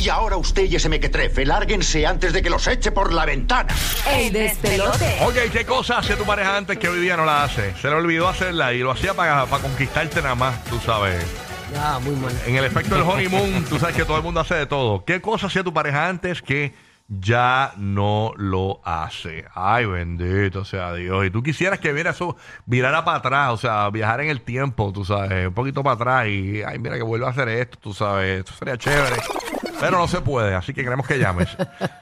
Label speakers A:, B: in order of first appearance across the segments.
A: Y ahora usted y ese mequetrefe, lárguense antes de que los eche por la ventana.
B: El despelote.
C: Oye, ¿y qué cosa hace tu pareja antes que hoy día no la hace? Se le olvidó hacerla y lo hacía para, para conquistarte nada más, tú sabes.
D: Ah, muy mal.
C: En el efecto del honeymoon, tú sabes que todo el mundo hace de todo. ¿Qué cosa hacía tu pareja antes que ya no lo hace? Ay, bendito sea Dios. Y tú quisieras que viera eso, virara para atrás, o sea, viajar en el tiempo, tú sabes, un poquito para atrás y, ay, mira que vuelva a hacer esto, tú sabes, esto sería chévere. Pero no se puede, así que queremos que llames.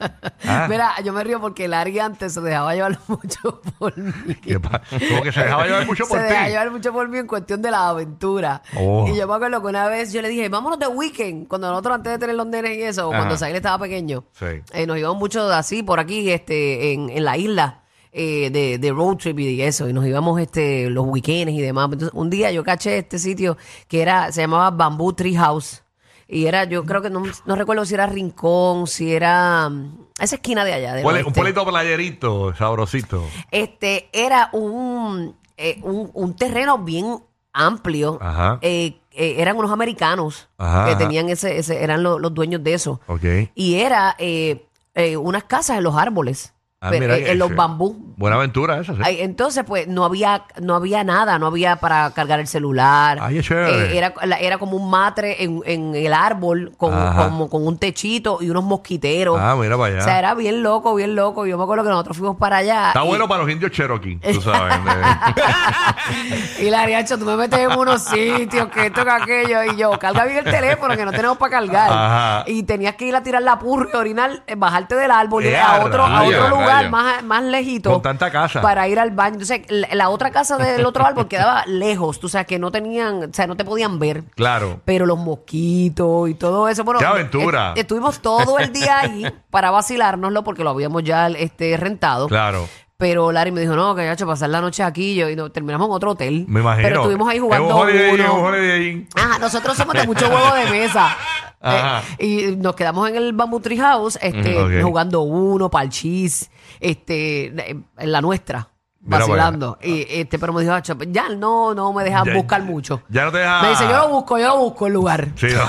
C: Ah.
D: Mira, yo me río porque Larry antes se dejaba llevar mucho por mí.
C: Que pa- Como que se dejaba llevar mucho por
D: se
C: ti.
D: dejaba llevar mucho por mí en cuestión de la aventura.
C: Oh.
D: Y yo me acuerdo que una vez yo le dije, vámonos de weekend, cuando nosotros antes de tener los nenes y eso, o
C: Ajá.
D: cuando Zahir estaba pequeño,
C: Sí.
D: eh, nos íbamos mucho así por aquí, este, en, en la isla. eh, de, de road trip y eso y nos íbamos este los weekends y demás entonces un día yo caché este sitio que era se llamaba Bamboo Tree House y era yo creo que no, no recuerdo si era Rincón si era mm, esa esquina de allá del
C: Puele- un
D: oeste.
C: pueblito playerito, sabrosito.
D: Este era un, eh, un, un terreno bien amplio.
C: Ajá.
D: Eh, eh, eran unos americanos
C: Ajá,
D: que
C: ajá.
D: tenían ese, ese eran lo- los dueños de eso.
C: Ok.
D: Y era eh, eh, unas casas en los árboles,
C: Ah,
D: pero,
C: mira eh.
D: eh, en los
C: ese.
D: bambú.
C: Buena aventura esa, sí.
D: Ay, Entonces, pues, no había, no había nada, no había para cargar el celular.
C: Ay, es chévere.
D: Eh, era, la- era como un matre en, en el árbol, con,
C: Ajá.
D: como con un techito y unos mosquiteros.
C: Ah, mira para allá.
D: o sea, era bien loco, bien loco. Yo me acuerdo que nosotros fuimos para allá.
C: Está
D: y-
C: bueno para los indios Cherokee, tú sabes. de-
D: Y la Ariacho, tú me metes en unos sitios, que esto, que aquello, y yo, carga bien el teléfono, que no tenemos para cargar.
C: Ajá.
D: Y tenías que ir a tirar la purre, orinar, eh, bajarte del árbol, ir
C: Eh,
D: a otro, a
C: rayo,
D: otro lugar
C: rayo.
D: más, más lejito.
C: Con tanta casa.
D: Para ir al baño. Entonces, la, la otra casa del otro árbol quedaba lejos, tú sabes, que no tenían, o sea, no te podían ver.
C: claro.
D: Pero los mosquitos y todo eso. Bueno,
C: ¡Qué aventura!
D: est- estuvimos todo el día ahí para vacilárnoslo porque lo habíamos ya este, rentado.
C: Claro.
D: Pero Larry me dijo, no, que hecho pasar la noche aquí yo, y no, terminamos en otro hotel.
C: Me imagino.
D: Pero estuvimos ahí jugando
C: Es un Holiday Inn,
D: uno.
C: es un Holiday Inn.
D: Ajá, nosotros somos de mucho juego de mesa.
C: Ajá.
D: Eh, y nos quedamos en el Bamboo Tree House este,
C: Mm, ok.
D: jugando uno, parchís, este, eh, en la nuestra,
C: Mira,
D: vacilando. Y, este, pero me dijo, "Acho, ya no, no me dejas
C: Ya-
D: buscar mucho.
C: ya no te deja-
D: Me dice, yo lo busco, yo lo busco el lugar.
C: Sí, no.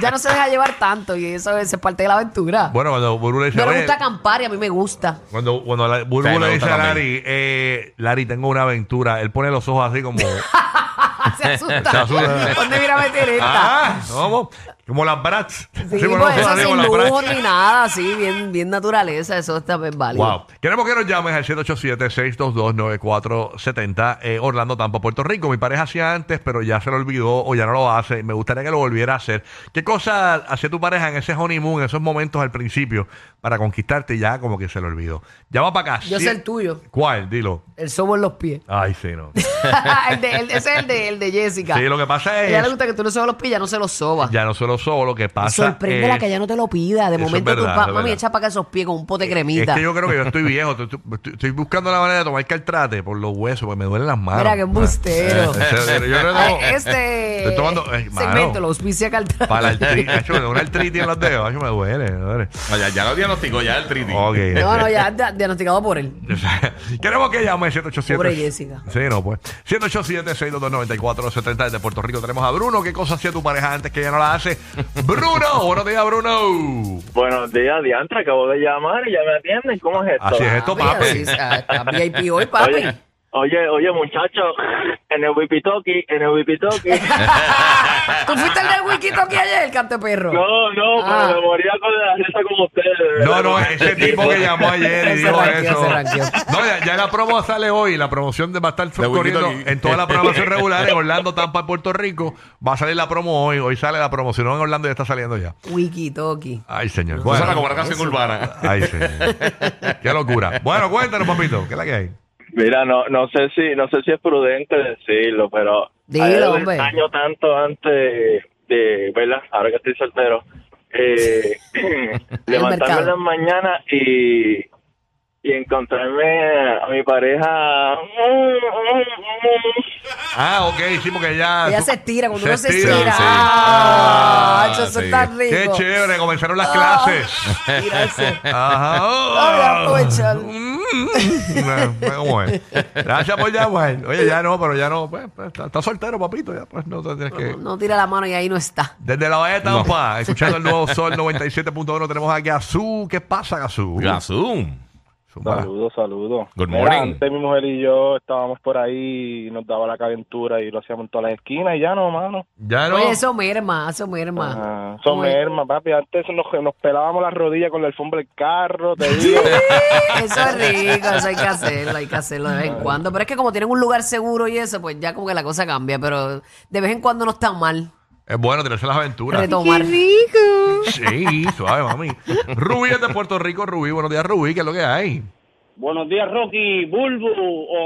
D: ya no se deja llevar tanto y eso es es parte de la aventura.
C: bueno, cuando Buru le dice...
D: no le
C: "Oye,
D: gusta acampar y a mí me gusta.
C: Cuando, cuando la, Burbu
E: Sí, me
C: le dice
E: gusta
C: a
E: también.
C: Larry, eh, Larry, tengo una aventura. Él pone los ojos así como...
D: se asusta.
C: Se asusta.
D: ¿Dónde viene a meter esta?
C: ah, ¿cómo? Como las brats.
D: Sí,
C: pone los
D: pues,
C: ojos
D: eso
C: así
D: sin
C: como las
D: lujo
C: brats.
D: ni nada, así, bien, bien naturaleza, eso está bien válido.
C: Wow. Queremos que nos llames al 787-622-9470. eh, Orlando, Tampa, Puerto Rico. Mi pareja hacía antes, pero ya se lo olvidó o ya no lo hace. Me gustaría que lo volviera a hacer. ¿Qué cosa hacía tu pareja en ese honeymoon, en esos momentos al principio, para conquistarte y ya como que se lo olvidó? Llama para acá.
D: Yo sé el tuyo,
C: ¿Cuál? Dilo.
D: el sobo en los pies.
C: Ay, sí, no.
D: El de- el- ese es el de, el de Jessica.
C: Sí, lo que pasa
D: Ella le
C: es.
D: gusta que tú no sobas los pies, ya no se los sobas.
C: Ya no solo solo, lo que pasa. Eh,
D: Sorpréndela
C: es-
D: que ya no te lo pida. De
C: Eso es
D: momento tú,
C: verdad,
D: pa-
C: eso es
D: mami,
C: verdad.
D: echa para acá esos pies con un pote de
C: Es
D: cremita.
C: que yo creo que yo estoy viejo. Estoy, estoy- estoy buscando la manera de tomar caltrate por los huesos, porque me duelen las manos. Eh,
D: Mira, qué embustero.
C: En serio, yo creo que
D: Ay,
C: tengo-
D: Este
C: Estoy tomando- eh, mano.
D: segmento lo auspicia Caltrate.
C: Para la artritis. Hacho, me da una artritis en los dedos. Hacho, me duele, me duele.
E: No, ya, ya lo diagnosticó, ya el 3D.
C: Ok.
D: No, no, ya dia- diagnosticado por él.
C: Queremos que llame 787.
D: Pobre Jessica.
C: Sí, no, pues. 787-622-9470 desde Puerto Rico. Tenemos a Bruno. ¿Qué cosa hacía tu pareja antes que ella no la hace? Bruno, buenos días, Bruno.
F: Buenos días, Diantra. Acabo de llamar y ya me atienden. ¿Cómo es esto?
C: Así es esto,
D: Papi,
C: papi.
D: así es, ah, está VIP hoy, papi.
F: Oye, Oye, oye, muchacho, en el Wipitoki, en el Wipitoki.
D: ¿Tú fuiste el del Wikito que ayer, cante perro?
F: No, no,
D: Ah.
F: pero me moría con la risa como ustedes. de
C: No,
F: verdad.
C: no, ese tipo que llamó ayer y
D: Ese
C: dijo
D: ranqueó,
C: eso.
D: ese ranqueó.
C: No, ya, ya la promo sale hoy. La promoción de- va a estar corriendo
E: Wiki Toki.
C: en toda la programación regular en Orlando, Tampa, Puerto Rico. Va a salir la promo hoy. Hoy sale la promoción en Orlando y ya está saliendo ya.
D: Wikitoki.
C: Ay, señor.
E: Bueno,
C: Bueno.
E: suena como una canción urbana.
C: Ay, señor. Qué locura. Bueno, cuéntanos, papito. ¿Qué es la que hay?
F: Mira, no, no sé si, no sé si es prudente decirlo, pero
D: Dilo,
F: ayer me
D: hombre.
F: engaño tanto antes de, ¿verdad? Ahora que estoy soltero, eh, levantarme
D: mercado.
F: en las mañanas y, y encontrarme a mi pareja.
C: Ah, ok, sí, porque ya.
D: Ella
C: Ah, tú-
D: se estira, cuando uno se estira.
C: sí.
D: Ah,
E: Ah,
D: eso
E: sí.
D: está rico.
C: Qué chévere, comenzaron las
D: Ah,
C: clases.
D: Tirarse.
C: Ajá.
D: Hola, pocha.
C: Bueno, pues, ¿cómo es? Gracias por llamar. Oye, ya no, pero ya no. Pues, pues, está, está soltero, papito. Ya, pues no te tienes que.
D: No tira la mano y ahí no está.
C: Desde la Bahía de Tampa, escuchando el nuevo Sol 97.1, tenemos aquí a Su. ¿Qué pasa, Gazú?
E: Gasum.
C: Zumba.
F: Saludos, saludos.
E: Good morning.
F: antes mi mujer y yo estábamos por ahí y nos daba la calentura y lo hacíamos en todas las esquinas y ya no, mano.
C: Ya no.
D: Oye, eso merma, eso merma.
F: Ah, son
D: Oye,
F: mermas, papi. Antes nos, nos pelábamos las rodillas con la alfombra del carro, te digo.
D: Eso es rico, eso hay que hacerlo, hay que hacerlo de vez en cuando. Pero es que como tienen un lugar seguro y eso, pues ya como que la cosa cambia, pero de vez en cuando no está mal
C: Es bueno tenerse las aventuras.
D: retomar.
C: Sí, suave, mami. Rubí es de Puerto Rico, Rubí. Buenos días, Rubí. ¿Qué es lo que hay?
G: Buenos días, Rocky, Bulbu,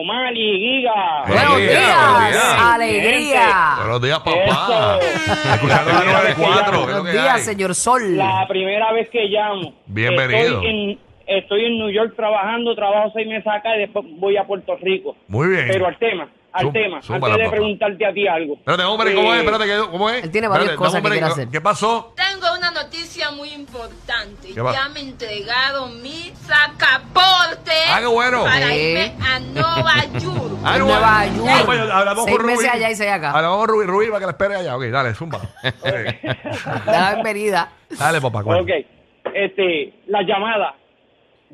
G: Omar y Giga.
D: Buenos
E: Alegría, buenos
D: días,
E: días.
D: alegría.
C: Buenos días, papá.
G: Eso.
C: Escuchando la 94. ¿Qué es lo
D: Buenos
C: que
D: días,
C: hay?
D: señor Sol.
G: La primera vez que llamo.
C: Bienvenido.
G: Estoy en, estoy en New York trabajando, trabajo seis meses acá y después voy a Puerto Rico.
C: Muy bien.
G: Pero al tema, al
C: Zumba,
G: tema,
C: zumba la
G: antes de
C: papa.
G: preguntarte a ti algo.
C: Espérate, hombre, ¿cómo es?
G: Eh,
C: Espérate, ¿qué- ¿cómo es?
D: Él tiene varias
C: Espérate,
D: cosas que
C: hombre,
D: quiere hacer.
C: ¿Qué pasó?
H: Tengo una noticia muy importante.
C: ¿Qué va?
H: Ya me he entregado mi sacaporte
C: Ah, qué bueno.
H: para
D: Eh.
H: irme a Nueva York.
C: Ah, no,
D: Nueva
C: ah,
D: York.
C: ah, pues, hablamos
D: Seis
C: con
D: meses
C: Rubí.
D: allá y seis acá.
C: Hablamos con Rubí, Rubí, para que la espere allá. Ok, dale, zumba. Ok.
D: Da la bienvenida.
C: dale, papá. cuenta.
G: Ok, este, la llamada.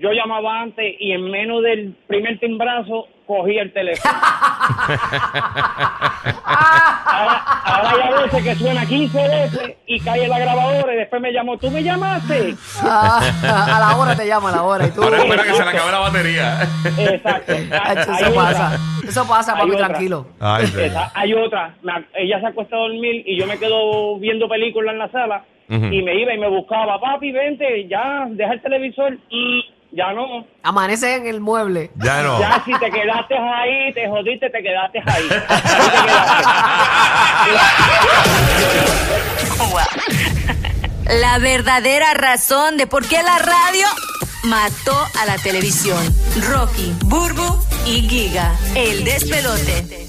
G: Yo llamaba antes y en menos del primer timbrazo cogía el teléfono. ahora, ahora hay a veces que suena 15 veces y cae en la grabadora y después me llamó, ¿tú me llamaste?
D: Ah, a la hora te llama, a la hora. Y tú,
E: Ahora espera que se le acabe la batería.
G: Exacto.
D: Hacho,
G: Hay
D: eso
G: otra.
D: pasa. Eso pasa,
G: Hay
D: papi,
G: otra.
D: tranquilo.
C: Ay, sí.
G: Esa- hay otra. Me ac- ella se acuesta a dormir y yo me quedo viendo películas en la sala y me iba y me buscaba, papi, vente, ya, deja el televisor y ya no.
D: Amanece en el mueble.
C: Ya no.
G: Ya si te quedaste ahí, te jodiste, te quedaste ahí. Ahí te quedaste.
B: La verdadera razón de por qué la radio mató a la televisión. Rocky, Burbu y Giga. El despelote.